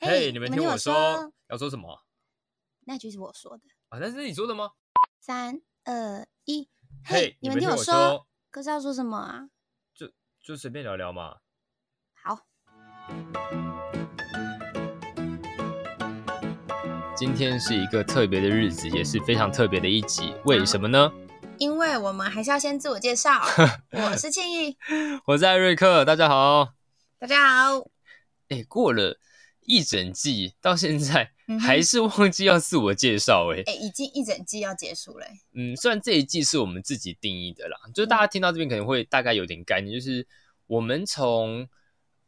嘿、嘿你你们们听听我我说说，要说什么那句是我说的。啊？那是你说的吗？三二一，嘿嘿，你你们们听听我我说说，可是要说什么啊？就随便聊聊嘛。好，今天是一个特别的日子，也是非常特别的一集。为什么呢？因为我们还是要先自我介 绍。我是庆玉，我在瑞克，大家好。大家好。哎、过了一整季到现在，嗯哼还是忘记要自我介绍哎、哎、已经一整季要结束了欸、嗯，虽然这一季是我们自己定义的啦，就是嗯大家听到这边可能会大概有点概念，就是我们从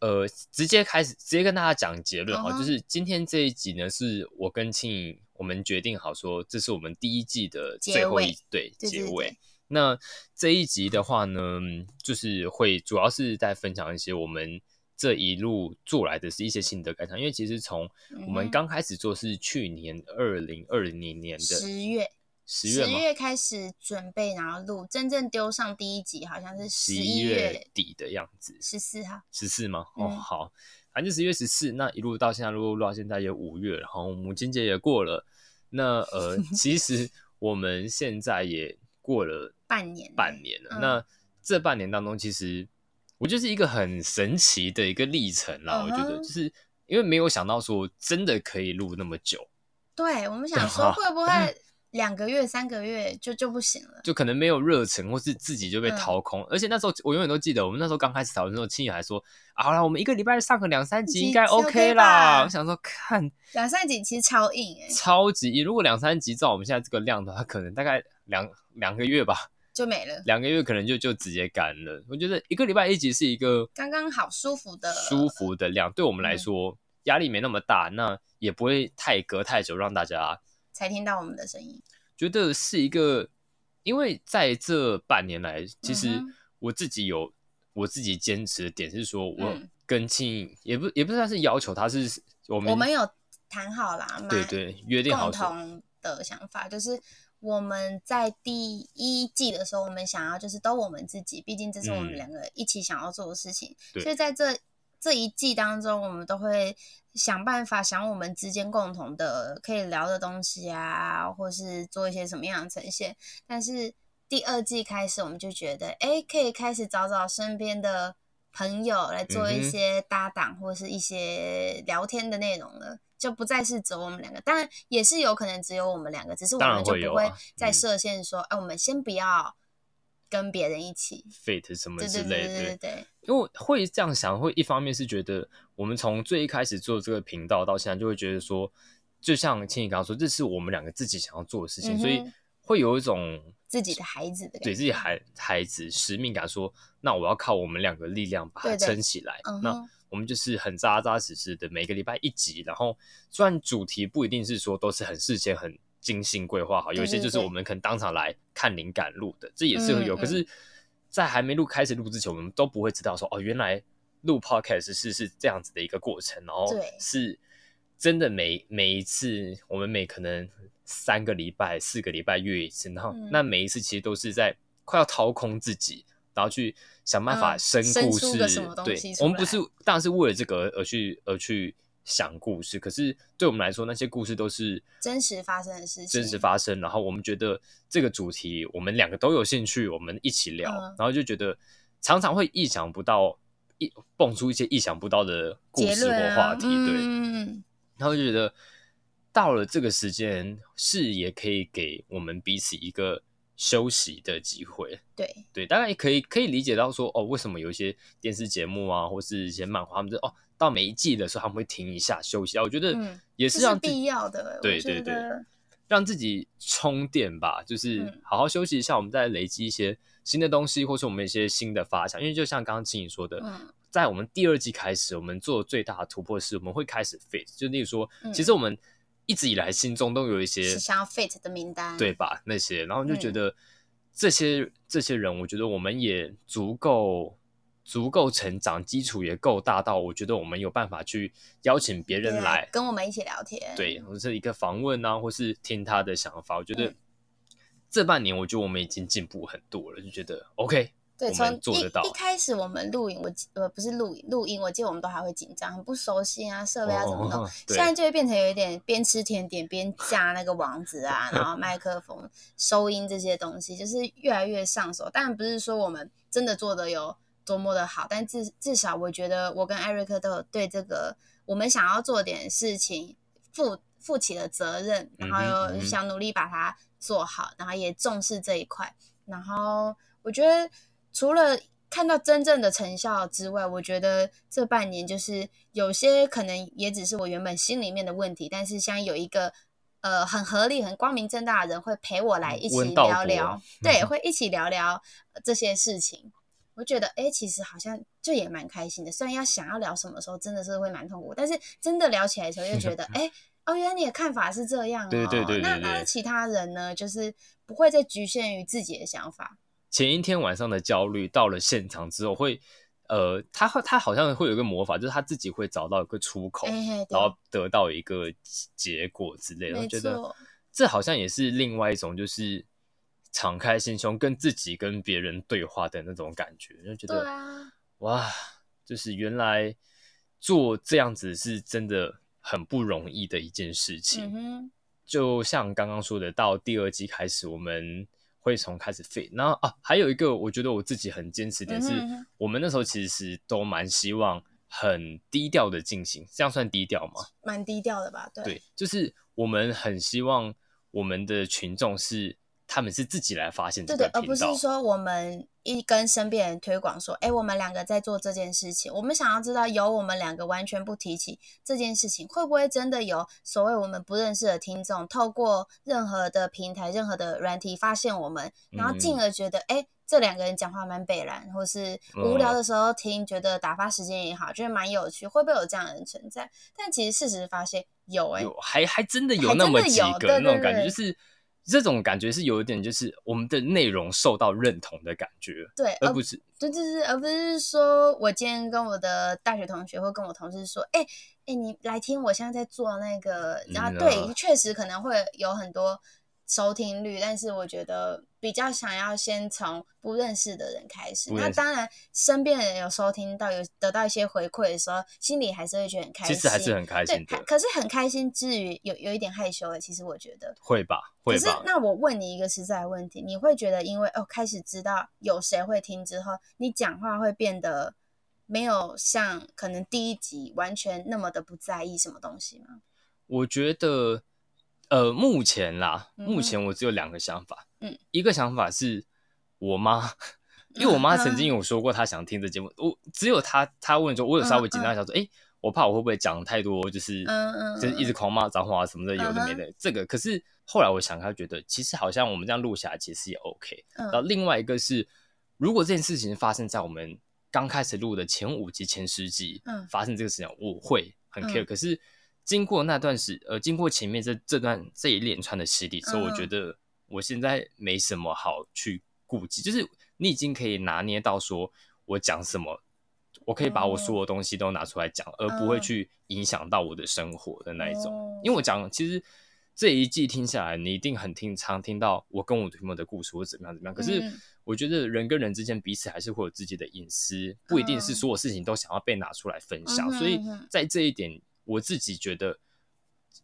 呃直接开始，直接跟大家讲结论哈嗯哼就是今天这一集呢，是我跟庆颖我们决定好说，这是我们第一季的最后一结对对结对尾对。那这一集的话呢，嗯就是会主要是在分享一些我们这一路做来的是一些心得感想，因为其实从我嗯们哼刚开始做是去年二零二零年的十月，十月嘛，开始准备，然后录，真正丢上第一集好像是十十一一月底的样子，十四号。十四吗？嗯哦，好，反正十月十四，那一路到现在，录录到现在也五月，然后母亲节也过了，那 呃，其实我们现在也过了半年了半年了。嗯那这半年当中，其实我就是一个很神奇的一个历程啦。我觉得嗯哼就是因为没有想到说真的可以录那么久，对我们想对啊说，会不 会两个月、三个月就就不行了？就可能没有热忱，或是自己就被嗯掏空。而且那时候我永远都记得，我们那时候刚开始讨论的时候，青颖还说：“啊好啦，我们一个礼拜上个两三集集应该是 OK 啦。吧我想说，看两三集其实超硬哎、超级，如果两三集照我们现在这个量的话，可能大概两两个月吧，就没了，两个月可能就就直接干了。我觉得一个礼拜一集是一个刚刚好舒服的舒服的量，对我们来嗯说压力没那么大，那也不会太隔太久让大家才听到我们的声音。觉得是一个，因为在这半年来，其实嗯哼我自己有我自己坚持的点是说，我嗯跟庆也不也不算是要求他是我们我们有谈好啦，对蛮对约定好共说，同的想法，就是我们在第一季的时候，我们想要就是都我们自己，毕竟这是我们嗯两个一起想要做的事情，对所以在这这一季当中，我们都会想办法想我们之间共同的可以聊的东西啊，或是做一些什么样的呈现，但是。第二季开始，我们就觉得，哎，可以开始找找身边的朋友来做嗯一哼些搭档或是一些聊天的内容了，就不再是只有我们两个。当然也是有可能只有我们两个，只是我当然们就会有不会啊再嗯设限说，哎、我们先不要跟别人一起。 fate 什么对之对类对的，对对对，因为会这样想，会一方面是觉得我们从最一开始做这个频道到现在，就会觉得说，就像青怡刚刚说，这是我们两个自己想要做的事情，嗯哼所以会有一种自己的孩子的感觉对自己孩孩子使命感说，那我要靠我们两个力量把它对的撑起来。嗯哼那我们就是很扎扎实实的，每个礼拜一集，然后虽然主题不一定是说都是很事先很精心规划好，有一些对对就是对我们可能当场来看灵感录的，这也是会有。嗯嗯可是，在还没录开始录之前，我们都不会知道说哦，原来录 podcast 是是这样子的一个过程，然后对是真的每每一次我们每可能三个礼拜、四个礼拜约一次，然后、嗯那每一次其实都是在快要掏空自己，然后去想办法嗯生生故出事。个什么东对西，出我们不来是当然是为了这个而而去而去想故事，可是对我们来说，那些故事都是真实发生的事情，真实发生。然后我们觉得这个主题，我们两个都有兴趣，我们一起聊，嗯然后就觉得常常会意想不到。一蹦出一些意想不到的故结事论或啊话题，对，嗯嗯然后就觉得到了这个时间，是也可以给我们彼此一个休息的机会。对，对，当然也可以可以理解到说，哦，为什么有一些电视节目啊，或是一些漫画，他们就哦到每一季的时候，他们会停一下休息啊。我觉得嗯也这是是让自必己、要的。对我觉对对得让自己充电吧，就是嗯好好休息一下，我们再累积一些新的东西，或是我们一些新的发想。因为就像刚刚青颖说的，嗯，在我们第二季开始，我们做最大的突破是我们会开始 fit，就例如说，嗯其实我们一直以来心中都有一些是想要 fit 的名单，对吧？那些，然后就觉嗯得这些、这些人，我觉得我们也足够足够成长，基础也够大到，我觉得我们有办法去邀请别对啊，人来，跟我们一起聊天，对，或是一个访问啊，或是听他的想法。我觉得嗯这半年，我觉得我们已经进步很多了，就觉得 OK，对，我从们做一得到一开始我们录影，我记呃不是录影录音，我记得我们都还会紧张，很不熟悉啊，设备啊怎么弄。哦 现在就会变成有一点边吃甜点边架那个网址啊，然后麦克风、收音这些东西，就是越来越上手。当然不是说我们真的做的有多么的好，但至至少我觉得我跟艾瑞克都有对这个我们想要做点事情负负起了责任，然嗯后哼嗯又哼想努力把它做好，然后也重视这一块。然后我觉得除了看到真正的成效之外，我觉得这半年就是有些可能也只是我原本心里面的问题，但是像有一个呃很合理、很光明正大的人会陪我来一起嗯温道聊伯聊，对，会一起聊聊呃这些事情。我觉得，哎、其实好像就也蛮开心的。虽然要想要聊什么时候，真的是会蛮痛苦，但是真的聊起来的时候，又 觉得，哎、哦，原来你的看法是这样哦。对对对对那对那其他人呢，就是不会再局限于自己的想法。前一天晚上的焦虑，到了现场之后会，呃，他会他好像会有一个魔法，就是他自己会找到一个出口，哎、嘿对哦然后得到一个结果之类的。我没觉得错这好像也是另外一种，就是敞开心胸跟自己跟别人对话的那种感觉，就觉得对啊哇，就是原来做这样子是真的很不容易的一件事情。嗯哼，就像刚刚说的，到第二季开始，我们会从开始 fit。然后啊，还有一个我觉得我自己很坚持点嗯是，哼嗯哼我们那时候其实都蛮希望很低调的进行，这样算低调吗？蛮低调的吧？对，对，就是我们很希望我们的群众是他们是自己来发现这对个对，频道，而呃不是说我们一跟身边人推广说，哎，我们两个在做这件事情，我们想要知道有我们两个完全不提起这件事情，会不会真的有所谓我们不认识的听众，透过任何的平台、任何的软体发现我们，嗯然后进而觉得，哎、这两个人讲话蛮北然，或是无聊的时哦候听，觉得打发时间也好，觉得蛮有趣，会不会有这样的人存在？但其实事实发现有、哎，有还还真的有还那真么的几有个对那种对感觉，对就是这种感觉是有一点就是我们的内容受到认同的感觉，对，而而呃不是对对对，而不是说我今天跟我的大学同学或跟我同事说，哎、哎、你来听我现在在做那个，然后嗯对，啊确实可能会有很多收听率，但是我觉得比较想要先从不认识的人开始。不那认识当然，身边的人有收听到，有得到一些回馈的时候，心里还是会觉得很开其心。实还是很开心对，还的，可是很开心之余，有有一点害羞的，欸其实我觉得。会吧可会是吧，，那我问你一个实在的问题，你会觉得因为哦开始知道有谁会听之后，你讲话会变得没有像可能第一集完全那么的不在意什么东西吗？我觉得，呃，目前啦，嗯哼目前我只有两个想法。嗯，一个想法是 我妈，因为我妈曾嗯经有说过她想听这节目，我只有她，她问说，我有稍微紧张一下，说，哎、我怕我会不会讲太多，就是嗯嗯就是一直狂骂脏话啊什么的，嗯有的没的。这个可是后来我想，她觉得其实好像我们这样录下来，其实也 OK。嗯然后另外一个是，如果这件事情发生在我们刚开始录的前五集、前十集，嗯发生这个事情，我会很嗯 care、可是经过那段时，呃，经过前面这这段这一连串的洗礼之后，嗯我觉得我现在没什么好去顾忌，就是你已经可以拿捏到说我讲什么。我可以把我哦所有东西都拿出来讲，而不会嗯去影响到我的生活的那一种。哦因为我讲，其实这一季听下来，你一定很听常听到我跟我朋友的故事或怎么样怎么样。可是嗯我觉得人跟人之间彼此还是会有自己的隐私，不一定是嗯所有事情都想要被拿出来分享。嗯哼所以嗯哼在这一点，我自己觉得，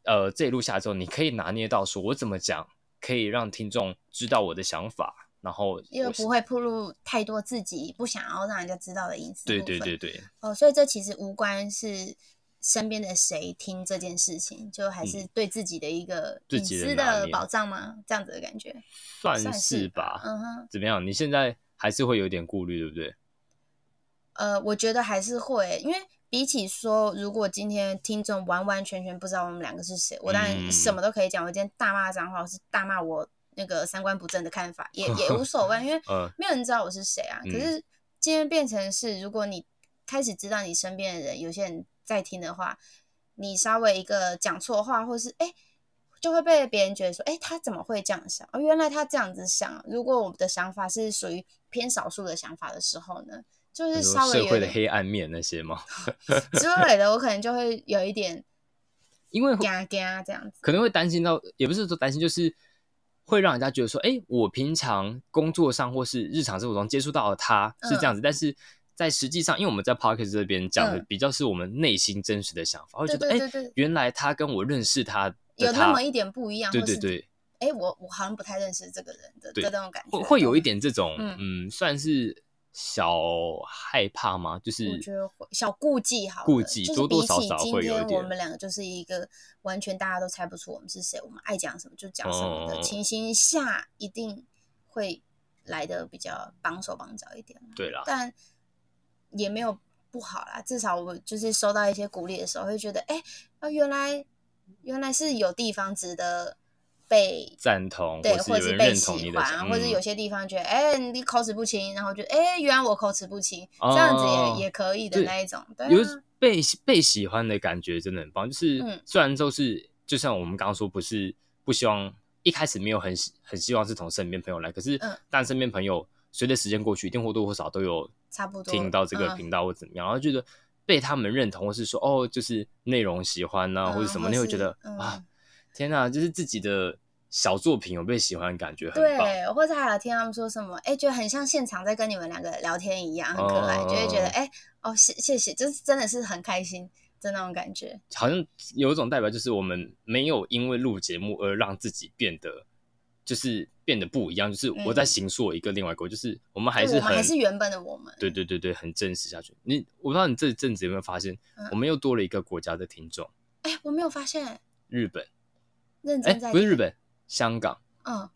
呃，这一路下来之后，你可以拿捏到说我怎么讲可以让听众知道我的想法，然后因为我是不会暴露太多自己不想要让人家知道的隐私部对分。对对对，哦，所以这其实无关是身边的谁听这件事情，就还是对自己的一个嗯自隐己的私拿的捏啊保障吗？这样子的感觉。算算是是吧。嗯哼，怎么样？你现在还是会有点顾虑，对不对？呃，我觉得还是会，因为比起说，如果今天听众完完全全不知道我们两个是谁，我当然嗯什么都可以讲，我今天大骂脏话，或是大骂我那个三观不正的看法， 也也无所谓，因为嗯没有人知道我是谁啊。可嗯是今天变成是，如果你开始知道你身边的人有些人在听的话，你稍微一个讲错话，或是哎、诶就会被别人觉得说，哎、他怎么会这样想？哦，原来他这样子想啊。如果我们的想法是属于偏少数的想法的时候呢，就比是如稍说微社有会的点黑暗面那些吗？ 之类的，我可能就会有一点啊因为嘎嘎这样子。可能会担心到，也不是说担心，就是会让人家觉得说，哎、我平常工作上或是日常生活中接触到的他是这样子，嗯但是在实际上，因为我们在 p o c k e t 这边讲的嗯比较是我们内心真实的想法，会觉对得，对哎、对对，原来他跟我认识他有的那他么，一点不一样，对或对是对，哎、我我好像不太认识这个人的对的那种感觉，会会有一懂，点这种，嗯嗯，算是小害怕吗？就是我觉得会小顾忌好了，顾忌就是多多比少起少今会有天一我点们两个就是一个完全大家都猜不出我们是谁，我们爱讲什么就讲什么的哦情形下，一定会来的比较帮手帮脚一点啦。对啦，但也没有不好啦。至少我就是收到一些鼓励的时候，会觉得，哎、啊，原来原来是有地方值得被赞同，对，或或是有是人被认同喜你的想欢，啊法，或者有嗯些地方觉得，哎、你口齿不清，然后就，哎、原来我口齿不清，这样子也、哦也可以的对那一种，对有啊，被被喜欢的感觉真的很棒。就是、嗯虽然都是，就像我们刚刚说，不是不希望一开始没有很喜很希望是从身边朋友来，可是嗯但身边朋友随着时间过去，一定或多或少都有差不多听到这个嗯频道或怎么样，然后觉得被他们认同，或是说哦，就是内容喜欢呐、嗯或者什么，或你会是觉得、嗯啊，天哪、就是自己的小作品有被喜欢，感觉很棒。对，或者还有听他们说什么，哎、觉得很像现场在跟你们两个聊天一样，很可爱，就会觉得，哦哎、哦，谢谢谢，就是真的是很开心的那种感觉，好像有一种代表，就是我们没有因为录节目而让自己变得，就是变得不一样。就是我在嗯形塑一个另外一个我，就是我们还对是我们很还是原本的我们，对对对对，很真实下去。你我不知道你这阵子有没有发现嗯，我们又多了一个国家的听众，哎、我没有发现，日本。认哎真嗯在，不是听日，本，香港。嗯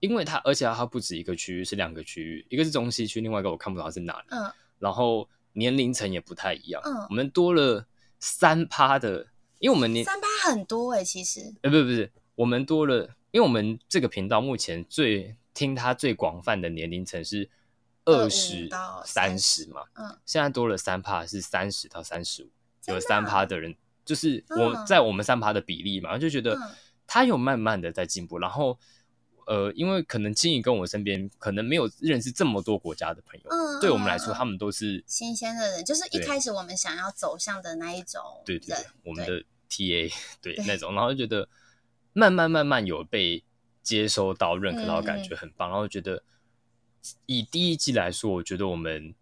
因为它，而且它不止一个区域，是两个区域，一个是中西区，另外一个我看不到它是哪里。嗯，然后年龄层也不太一样，嗯我们多了三趴的，因为我们年三八很多哎、其实，呃，不是不是，我们多了，因为我们这个频道目前最听它最广泛的年龄层是二十25到三十嘛，嗯，现在多了三趴是三十到三十五，真有的三趴啊的人，就是我、嗯在我们三趴的比例嘛，就觉得嗯他有慢慢的在进步，然后。呃，因为可能青怡跟我身边可能没有认识这么多国家的朋友，嗯对我们来说，嗯嗯他们都是新鲜的人，就是一对开始我们想要走向的那一种人，对对对，我们对的 TA 对对那种，然后就觉得慢慢慢慢有被接收到、认可到，感嗯觉很棒，然后觉得以第一季来说，我觉得我们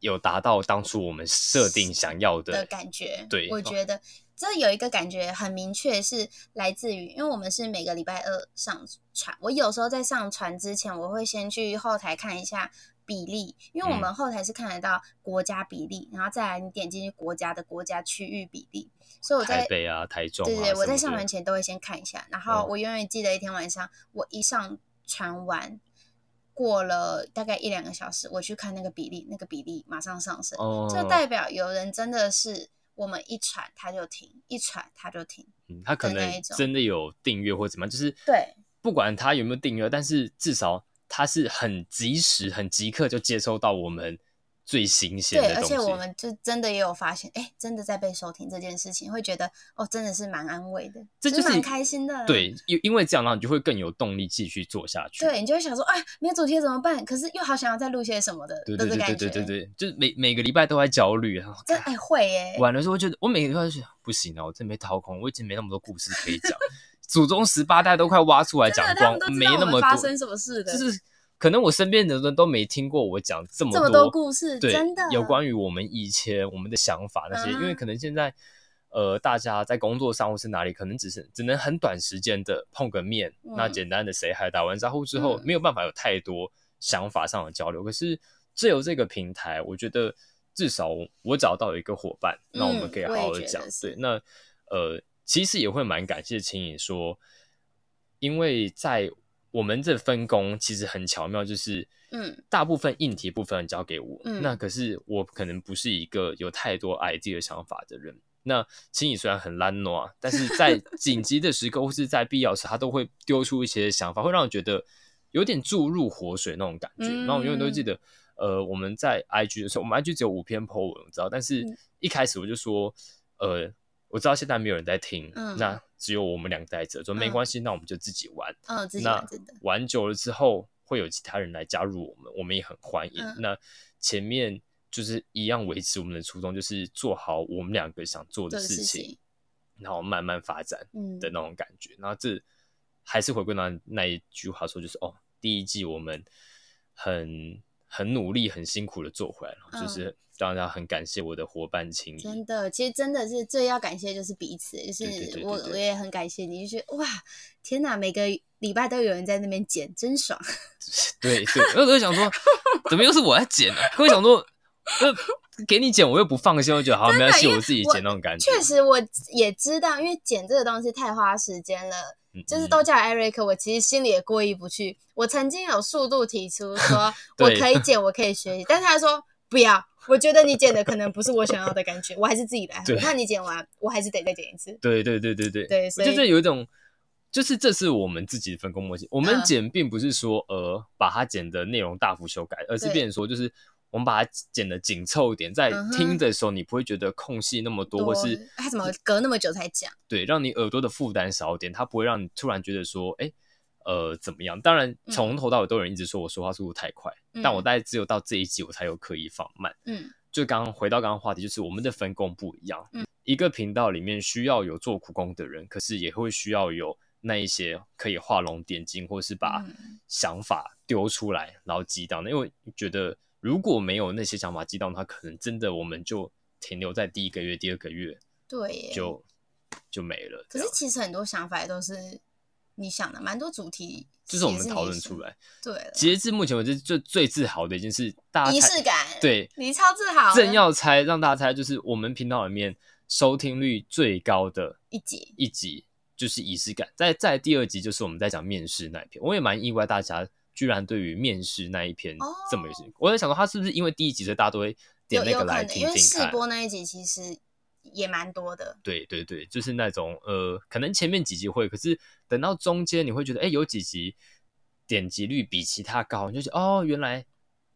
有达到当初我们设定想要的的，感觉。对我觉得这有一个感觉很明确，是来自于，因为我们是每个礼拜二上传。我有时候在上传之前，我会先去后台看一下。比例，因嗯为我们后台是看得到国家比例，然后再来你点进去国家的国家区域比例，所以我在台北啊、台中啊，对对，我在上完传前都会先看一下，然后嗯我永远记得一天晚上，我一上传完，过了大概一两个小时，我去看那个比例，那个比例马上上升，哦，这代表有人真的是我们一传他就停，一传他就停，嗯他可的那能一种真的有订阅或怎么样，就是对，不管他有没有订阅，但是至少他是很及时、很即刻就接收到我们最新鲜对，的而东西，且我们就真的也有发现，哎，真的在被收听这件事情，会觉得哦，真的是蛮安慰的，这就是蛮开心的，。啊对，因因为这样，然后你就会更有动力继续做下去。对，你就会想说，啊，没有主题怎么办？可是又好想要再录些什么的，对的这对对对感觉对对对，就是每每个礼拜都在焦虑，然后真哎会耶，晚的时候觉得我每个礼拜都觉得不行啊，我真没掏空，我已经没那么多故事可以讲，祖宗十八代都快挖出来真讲的，他光们都，知没道我那们么发多，生什么事的，就是可能我身边的人都没听过我讲这么这么多故事，对，真的有关于我们以前我们的想法那些，因为嗯可能现在呃大家在工作上或是哪里，可能只是只能很短时间的碰个面，那嗯简单的谁嗨打完招呼之后，嗯没有办法有太多想法上的交流。可是借由这个平台，我觉得至少我我找到有一个伙伴，那我们嗯可以好我也好的觉得讲。是对，那呃其实也会蛮感谢青颖说，因为在我们这分工其实很巧妙，就是嗯，大部分硬题部分交给我，嗯那可是我可能不是一个有太多 idea 想法的人。那青颖虽然很懒惰啊，但是 在紧急的时刻或是在必要时，他都会丢出一些想法，会让我觉得有点注入活水那种感觉。然后我永远都记嗯得，呃，我们在 IG 的时候，我们 IG 只有五篇 po 文，我知道，但是嗯一开始我就说，呃，我知道现在没有人在听，嗯那只有我们两个在这，说嗯没关系，那我们就自己玩。嗯，自己那玩真的，玩久了之后，会有其他人来加入我们，我们也很欢迎。嗯那前面就是一样维持我们的初衷，就是做好我们两个想做的做的事事情，情然后慢慢发展嗯的，那种感觉。然后这还是回归到那一句话说，就是哦，第一季我们很很努力、很辛苦的做回来了，嗯就是让大家很感谢我的伙伴情谊。真的，其实真的是最要感谢的就是彼此，就是对对对对我对我也很感谢你，就是哇，天哪，每个礼拜都有人在那边剪，真爽。对对，我就想说，怎么又是我在剪呢、啊？我想说，呃，给你剪我又不放心，我觉得好没关系，因为我自己我剪那种感觉。确实，我也知道，因为剪这个东西太花时间了，嗯，就是嗯都叫 Eric，我其实心里也过意不去。我曾经有速度提 出说我对可以剪，我可以学习，但是他说不要，我觉得你剪的可能不是我想要的感觉，我还是自己来对。那你剪完，我还是得再剪一次。对对对对对，对我所觉得这以有一种，就是这是我们自己的分工默契。我们嗯剪并不是说呃把它剪的内容大幅修改，而是对变成说就是我们把它剪的紧凑一点，在嗯哼听的时候你不会觉得空隙那么多，或是他怎么隔那么久才讲？对让你耳朵的负担少一点，它不会让你突然觉得说哎。呃，怎么样？当然，嗯从头到尾都有人一直说我说话速度太快，但我大概只有到这一集我才有刻意放慢。嗯就刚刚回到刚刚话题，就是我们的分工不一样。嗯一个频道里面需要有做苦工的人，可是也会需要有那一些可以画龙点睛，或是把嗯想法丢出来，然后激荡的。因为觉得如果没有那些想法激荡的话，可能真的我们就停留在第一个月、第二个月对耶。就就没了。可这是样其实很多想法也都是你想的，蛮多主题这是我也们你讨论想出。来，对了，截至目前为止，最最自豪的一件事，大家仪才式感。，对你超自豪的。正要猜，让大家猜，就是我们频道里面收听率最高的一集一集就是仪式感，在在第二集就是我们在讲面试那一篇，我也蛮意外大家居然对于面试那一篇哦这么有兴趣。我在想说，他是不是因为第一集所以大家都会点有那有个可来能，因听为听试看？播那一集其实也蛮多的。对对对，就是那种呃，可能前面几集会，可是等到中间你会觉得，哎，有几集点击率比其他高，你就觉得哦，原来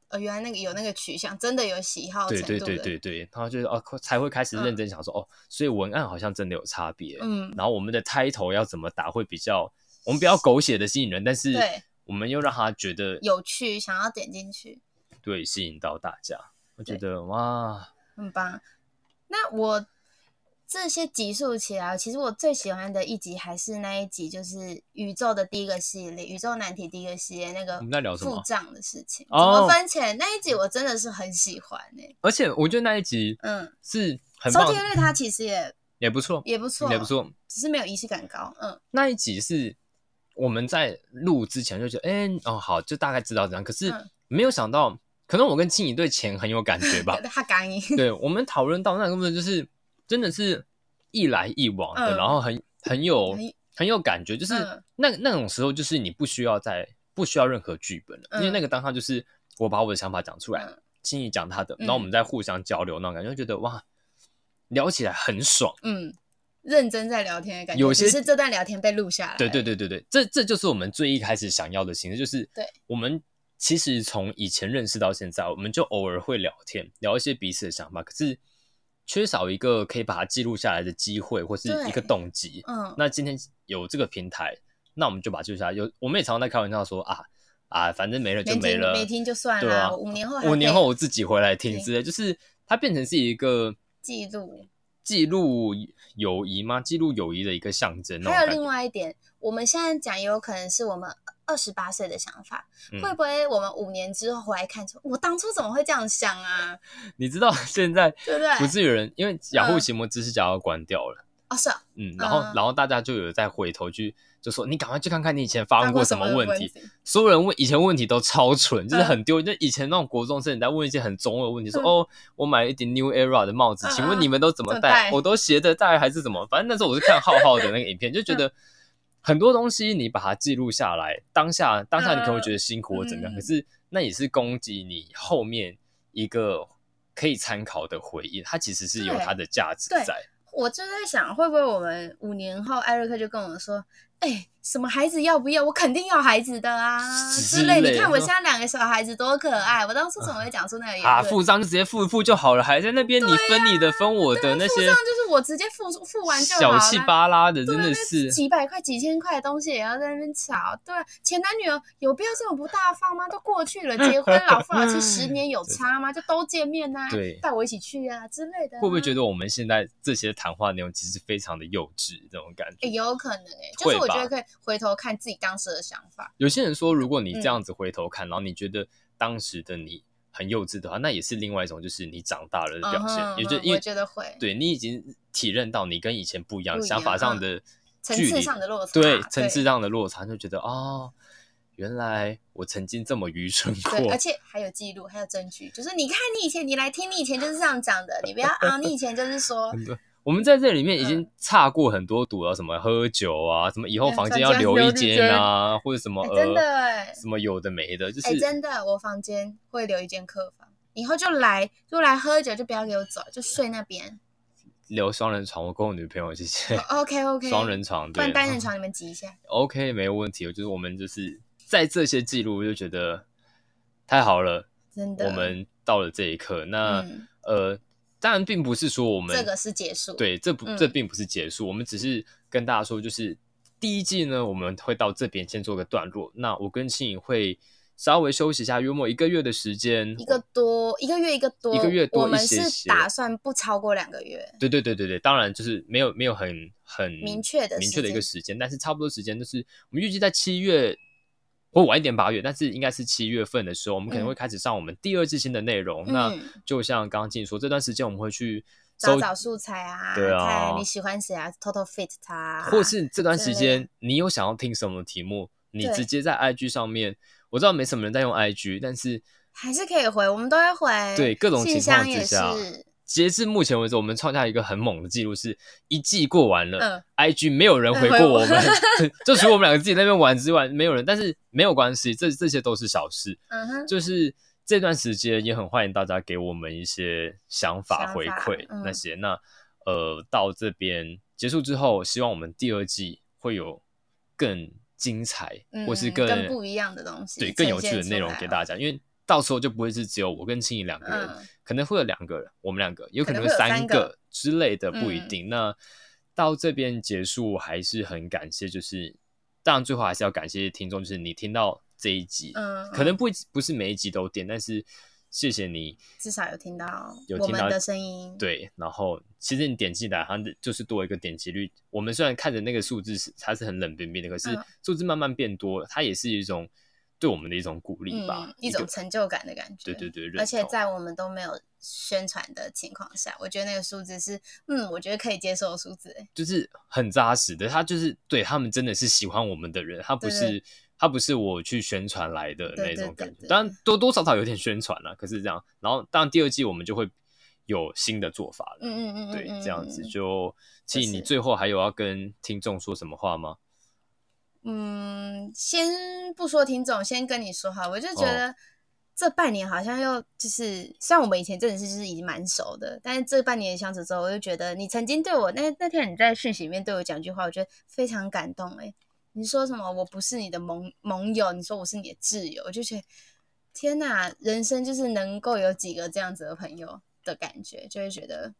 呃，原来那个有那个取向，真的有喜好程对度对的。对对对，然后就是哦，才会开始认真想说、哦，所以文案好像真的有差别。嗯，然后我们的 title 要怎么打会比较，我们不要狗血的吸引人，但是对我们又让他觉得有趣，想要点进去，对吸引到大家。我觉对得哇，很棒。那我这些集数起来，其实我最喜欢的一集还是那一集，就是宇宙的第一个系列，宇宙难题第一个系列那个我们在聊什么付账的事情，哦怎么分钱那一集，我真的是很喜欢诶、而且我觉得那一集嗯，是很收棒听，率它其实也也不错，也不错，也不，错。只是没有仪式感高。嗯，那一集是我们在录之前就觉得，哎、哦好，就大概知道怎样，可是嗯，没有想到，可能我跟青怡对钱很有感觉吧他感 应，对我们讨论到那个部分，就是真的是一来一往的，嗯然后很很有很很有感觉，就是嗯那那种时候，就是你不需要再不需要任何剧本了，因为嗯那个当下就是我把我的想法讲出来，嗯轻易讲他的，嗯然后我们再互相交流，那种感觉，就觉得哇，聊起来很爽。嗯，认真在聊天的感觉，有些只是这段聊天被录下来，对对，对对对，这这就是我们最一开始想要的形式，就是对我们其实从以前认识到现在，我们就偶尔会聊天，聊一些彼此的想法，可是缺少一个可以把它记录下来的机会或是一个对动机。嗯，那今天有这个平台，那我们就把它记录下来。有我们也常常在开玩笑说啊啊，反正没了就没没听了，没听就算对啦啊我五年后还五可年以后我自己回来听对之类，就是它变成是一个记录。记录友谊吗？记录友谊的一个象征。那还有种另感外一点，我们现在讲也有可能是我们二十八岁的想法，嗯会不会我们五年之后回来看说，我当初怎么会这样想啊？觉你知道现在对不对？不是有人，因为雅虎嗯奇摩知识家要关掉了，哦，是啊嗯，然后、嗯然后大家就有在回头去就说，你赶快去看看你以前发问当过过什么么问问题。？所有人问以前问题都超蠢，就是很丢脸。就以前那种国中生，你在问一些很中二的问题，说嗯哦，我买了一顶 New Era 的帽子，嗯请问你们都怎么怎么戴？戴我都斜着戴还是怎么？反正那时候我是看浩浩的那个影片，就觉 嗯得很多东西你把它记录下来，当下当下你可能会觉得辛苦或怎么样，嗯可是那也是供给你后面一个可以参考的回忆，它其实是有对它的价值对在。我就在想，会不会我们五年后，艾瑞克就跟我说：“哎、什么孩子要不要？我肯定要孩子的啊之之类。”类你看的我现在两个小孩子多可爱，我当初怎么会讲出那个言论？啊，付账就直接付一付就好了，还在那边你分你的，分我的对那付些，账就是我直接付付完就好小了气巴拉的，对真啊的那是几百块、几千块的东西也要在那边吵，对啊，前男女友有必要这么不大方吗？都过去了，结婚老夫老妻十 年有差吗？就都见面呐、对带我一起去啊之类的、会不会觉得？得我们现在这些谈话内容其实非常的幼稚这种感哎觉？有可能哎、就会是我我觉得可以回头看自己当时的想法。有些人说，如果你嗯这样子回头看，然后你觉得当时的你很幼稚的话，那也是另外一种，就是你长大了的表现。嗯哼也就嗯因为我觉得会对你已经体认到你跟以前不一样，不一想样法上嗯的层距次离上的落差对对层次上的落差，就觉得哦，原来我曾经这么愚蠢对，过而。且还有记录，还有证据，就是你看你以前，你来听，你以前就是这样讲的，你不要啊，你以前就是说很多我们在这里面已经差过很多赌了，什么喝酒啊，什么以后嗯房间房要间留留一一间间啊，或者什么哎呃，真的哎什么有的没的，就是哎、真的，我房间会留一间客房，以后就来就来喝酒，就不要给我走，就睡那边。留双人床，我跟我女朋友谢谢。 OK 哦 OK， 双人床不对然，单人床你们挤一下。 OK，没有问题。就是我们就是在这些记录，我就觉得太好了。真的，我们到了这一刻，那、嗯呃，当然并不是说我们这个是结束。，对这不、嗯这并不是结束，我们只是跟大家说，就是第一季呢，我们会到这边先做个段落。那我跟庆颖会稍微休息一下，约莫一个月的时间。一个多一个月一个多，一个月多我们一些些是打算不超过两个月，对对对对对，当然就是没有没有很很明确的嗯明确的时一间个时间，但是差不多时间就是我们预计在七月或晚一点八月，但是应该是七月份的时候，我们可能嗯会开始上我们第二季新的内容。那嗯就像刚刚静说，这段时间我们会去找搜找素材啊，对啊看你喜欢谁啊，偷偷 fit 他啊，或是这段时之类间你有想要听什么题目，你对直接在 IG 上面，我知道没什么人在用 IG，但是还是可以回，我们都会回。对各种情信况箱之也下是，截至目前为止，我们创下一个很猛的记录，是一季过完了。嗯， IG 没有人回过我 们，就除了我们两个自己在那边玩之外，没有人。但是没有关系，这这些都是小事。嗯哼，就是这段时间也很欢迎大家给我们一些想法想回法馈嗯那些。那呃，到这边结束之后，希望我们第二季会有更精彩，或是嗯更更不一样的东西对，更有呈趣现的内容出来给大家，因为。到时候就不会是只有我跟青怡两个人，嗯可能会有两个人，我们两个，有可可能能会会有三三个个之类的，不一嗯定。那到这边结束，还是很感谢，就是当然最后还是要感谢听众，就是你听到这一集，嗯，可能不不是每一集都点，但是谢谢你，至少有听到有我听到们的声音，，对。然后其实你点进来，它就是多一个点击率。我们虽然看着那个数字是它是很冷冰冰的，可是嗯数字慢慢变多了，它也是一种对我们的一种鼓励吧嗯，，一种个成就感的感觉，对对对，认而且同在我们都没有宣传的情况下，我觉得那个数字是，嗯，我觉得可以接受的数字，欸就是很扎实的，他就是对他们真的是喜欢我们的人，他不对是他不是我去宣传来的那对种感对觉，对当然多多少少有点宣传了，可是这样，然后当然第二季我们就会有新的做法了，嗯嗯嗯，嗯对，嗯这样子嗯就，其实是你最后还有要跟听众说什么话吗？嗯，先不说听众，先跟你说哈，我就觉得这半年好像又就是，虽然我们以前真的是就是已经蛮熟的，但是这半年相处之后，我就觉得你曾经对我那那天你在讯息里面对我讲一句话，我觉得非常感动诶、你说什么？我不是你的盟盟友，你说我是你的挚友，我就觉得天哪，人生就是能够有几个这样子的朋友的感觉，就会觉得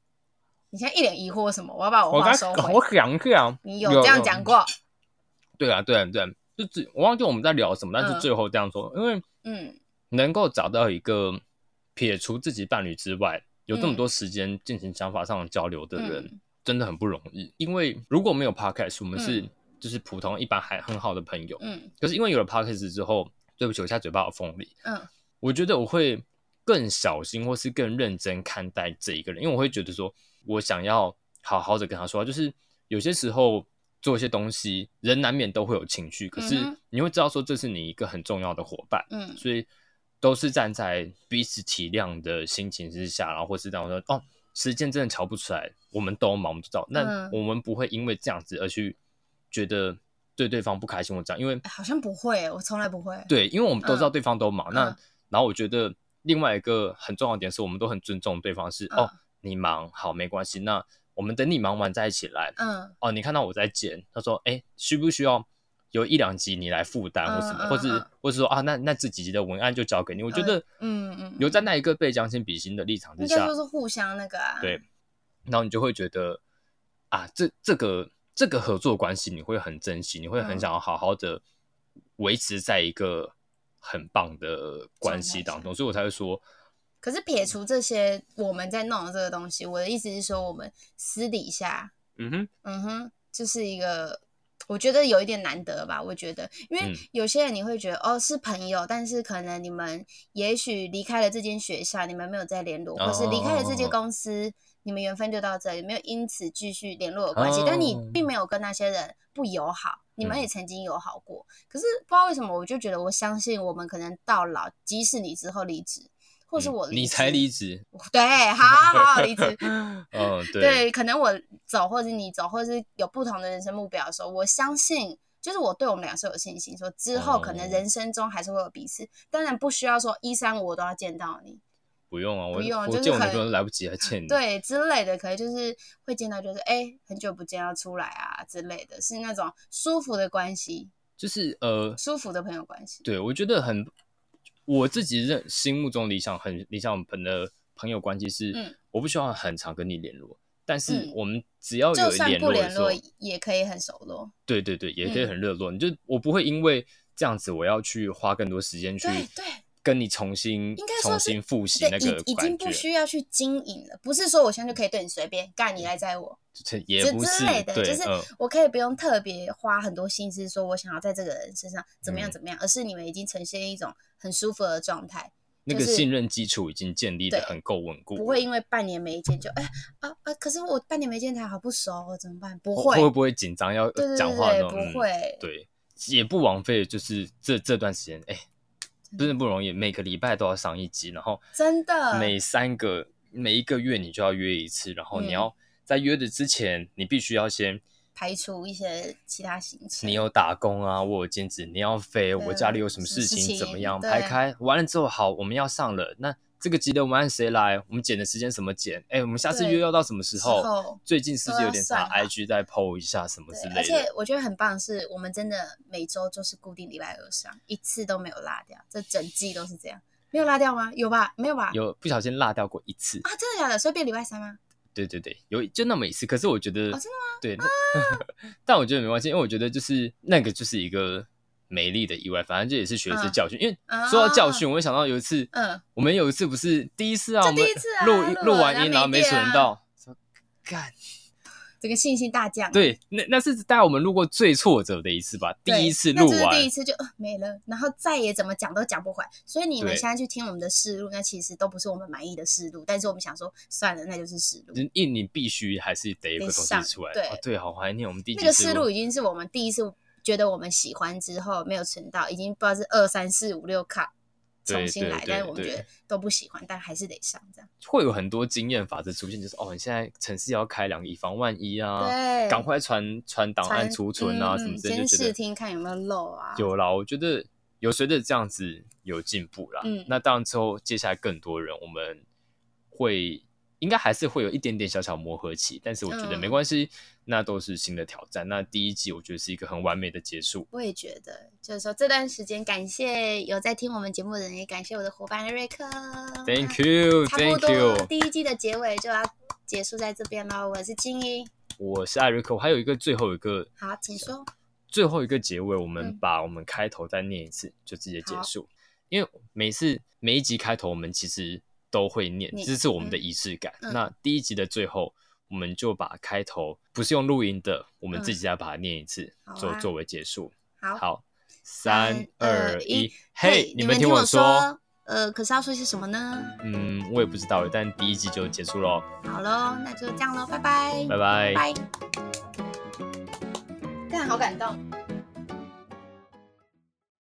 你现在一脸疑惑什么？我要把我话收回。想一想，你有这样讲过？对啊，对啊，对啊，就只我忘记我们在聊什么，但是嗯最后这样说，因为嗯，能够找到一个撇除自己伴侣之外，有这么嗯多时间进行想法上的交流的人，嗯真的很不容易。因为如果没有 podcast，我们是嗯就是普通一般还很好的朋友，嗯可是因为有了 podcast 之后，对不起，我现在嘴巴有凤梨，嗯我觉得我会更小心或是更认真看待这一个人，因为我会觉得说，我想要好好的跟他说话，就是有些时候做一些东西，人难免都会有情绪，可是嗯哼你会知道说这是你一个很重要的伙伴，嗯，所以都是站在彼此体谅的心情之下，然后或是这样说，哦，时间真的瞧不出来，我们都忙，我们知道，那嗯我们不会因为这样子而去觉得对对方不开心或这样，因为好像不会，我从来不会。，对，因为我们都知道嗯对方都忙，那嗯然后我觉得另外一个很重要的点是我们都很尊重对方是，嗯哦，你忙好没关系，那我们等你忙完再一起来。嗯哦，你看到我在剪，他说，哎，需不需要有一两集你来负担或什么，嗯嗯或是嗯或是说啊，那那这几集的文案就交给你。我觉嗯得，嗯嗯有站在一个被将心比心的立场之应该下说，是互相那个啊。对，然后你就会觉得啊，这这个这个合作关系你会很珍惜，你会很嗯想要好好的维持在一个很棒的关系当中，所以我才会说，可是撇除这些，我们在弄的这个东西，我的意思是说，我们私底下，嗯哼，嗯哼，就是一个我觉得有一点难得吧。我觉得，因为嗯有些人你会觉得、哦是朋友，但是可能你们也许离开了这间学校，你们没有再联络，或是离开了这哦哦间哦公司，你们缘分就到这里，没有因此继续联络的关系，但你哦并没有跟那些人不友好，你们嗯也曾经友好过。可是不知道为什么，我就觉得我相信我们可能到老，即使你之后离职，或是嗯我、你才离，职，。对，好好好离职 嗯，对，对，可能我走，或者你走，或者是有不同的人生目标的时候，我相信，就是我对我们俩是有信心，说之后可能哦人生中还是会有彼此。当然不需要说一三五我都要见到你，不用啊，我不用就我是见我女很朋友都来不及，还欠你。对之类的，可能就是会见到，就是哎、很久不见要出来啊之类的，是那种舒服的关系，就是呃，舒服的朋友关系。对我觉得很，我自己认心目中理想很理想朋的朋友关系是，嗯我不希望很常跟你联络，但是嗯我们只要有就算联不络的联时候络，也可以很熟络。对对对，也可以嗯很热络。你就我不会因为这样子，我要去花更多时间去对对跟你重新应该说重是新复习对，那个已已经感不觉，需要去经营了，不是说我现在就可以对你随便干，嗯你来载我，这之也不之是类的，对，就是嗯我可以不用特别花很多心思，说我想要在这个人身上怎么样嗯怎么样，而是你们已经呈现一种很舒服的状态，那就个是信任基础已经建立的对很够稳固了，不会因为半年没见就哎啊啊，可是我半年没见他好不熟哦，怎么办？不会会，会不会紧张要对对讲话对对，那种？嗯不会，对，也不枉费，就是这这段时间，哎、真的不容易，每个礼拜都要上一集，然后真的每三个每一个月你就要约一次，然后你嗯要在约的之前，你必须要先排除一些其他行程。你有打工啊，我有兼职，你要飞，我家里有什么什么事事情怎么情样对排开，完了之后好，我们要上了，那这个集的文案谁来？我们剪的时间什么剪？哎、我们下次对约要到什么时之候？后最近是不都是有要点算啥好？IG 再 PO 一下什么之对，类的。而且我觉得很棒的是，我们真的每周就是固定礼拜二上，一次都没有落掉，这整季都是这样，没有落掉吗？有吧？没有吧？有不小心落掉过一次，啊，真的假的？所以变礼拜三吗？对对对，有就那么一次。可是我觉得，哦真的啊对，那 但我觉得没关系，因为我觉得就是那个就是一个美丽的意外，反正这也是学一次嗯教训。因为说到教训，我会想到有一次，啊嗯，我们有一次不是第一次啊，就我们第一次啊录录录了完音然然后后没没选电啊到，说干，这个信心大降。对，那那是大概我们录过最挫折的一次吧，第对。一次那录就是完第一次就、呃、没了，然后再也怎么讲都讲不回来。所以你们对现在去听我们的试录，那其实都不是我们满意的试录，但是我们想说，算了，那就是试录。人印你必须还是得有个得东西上出来。对啊、对，好怀念我们第一那个思思路已经是我们第一次觉得我们喜欢之后没有存到，已经不知道是二三四五六卡重新来对，对但是我们对觉得都不喜欢，但还是得上这样。会有很多经验法则出现，就是哦，你现在城市要开两个，以防万一啊，对，赶快传传档案储存啊，嗯什么嗯之类的，先就试觉得听看有没有漏啊。有啦。我觉得有随着这样子有进步啦。嗯那当然之后接下来更多人，我们会应该还是会有一点点小小磨合期，但是我觉得嗯没关系，那都是新的挑战。那第一季我觉得是一个很完美的结束。我也觉得，就是说这段时间感谢有在听我们节目的人，也感谢我的伙伴瑞克。 Thank 差不 you，Thank 多 you 了。第一季的结尾就要结束在这边喽。我是金一，我是艾瑞克，我还有一个最后一个好，请说。最后一个结尾，我们嗯把我们开头再念一次，就直接结好束。因为每次每一集开头，我们其实都会念，念这是我们的嗯仪式感。嗯那第一集的最后，我们就把开头不是用录音的，我们嗯自己再把它念一次，好做啊作为结束。好，好，三三二二一一，嘿，你们听我说，说。呃，可是要说些什么呢？嗯，我也不知道，但第一集就结束喽，好喽，嗯那就这样喽，拜拜，拜拜。拜。但好感动。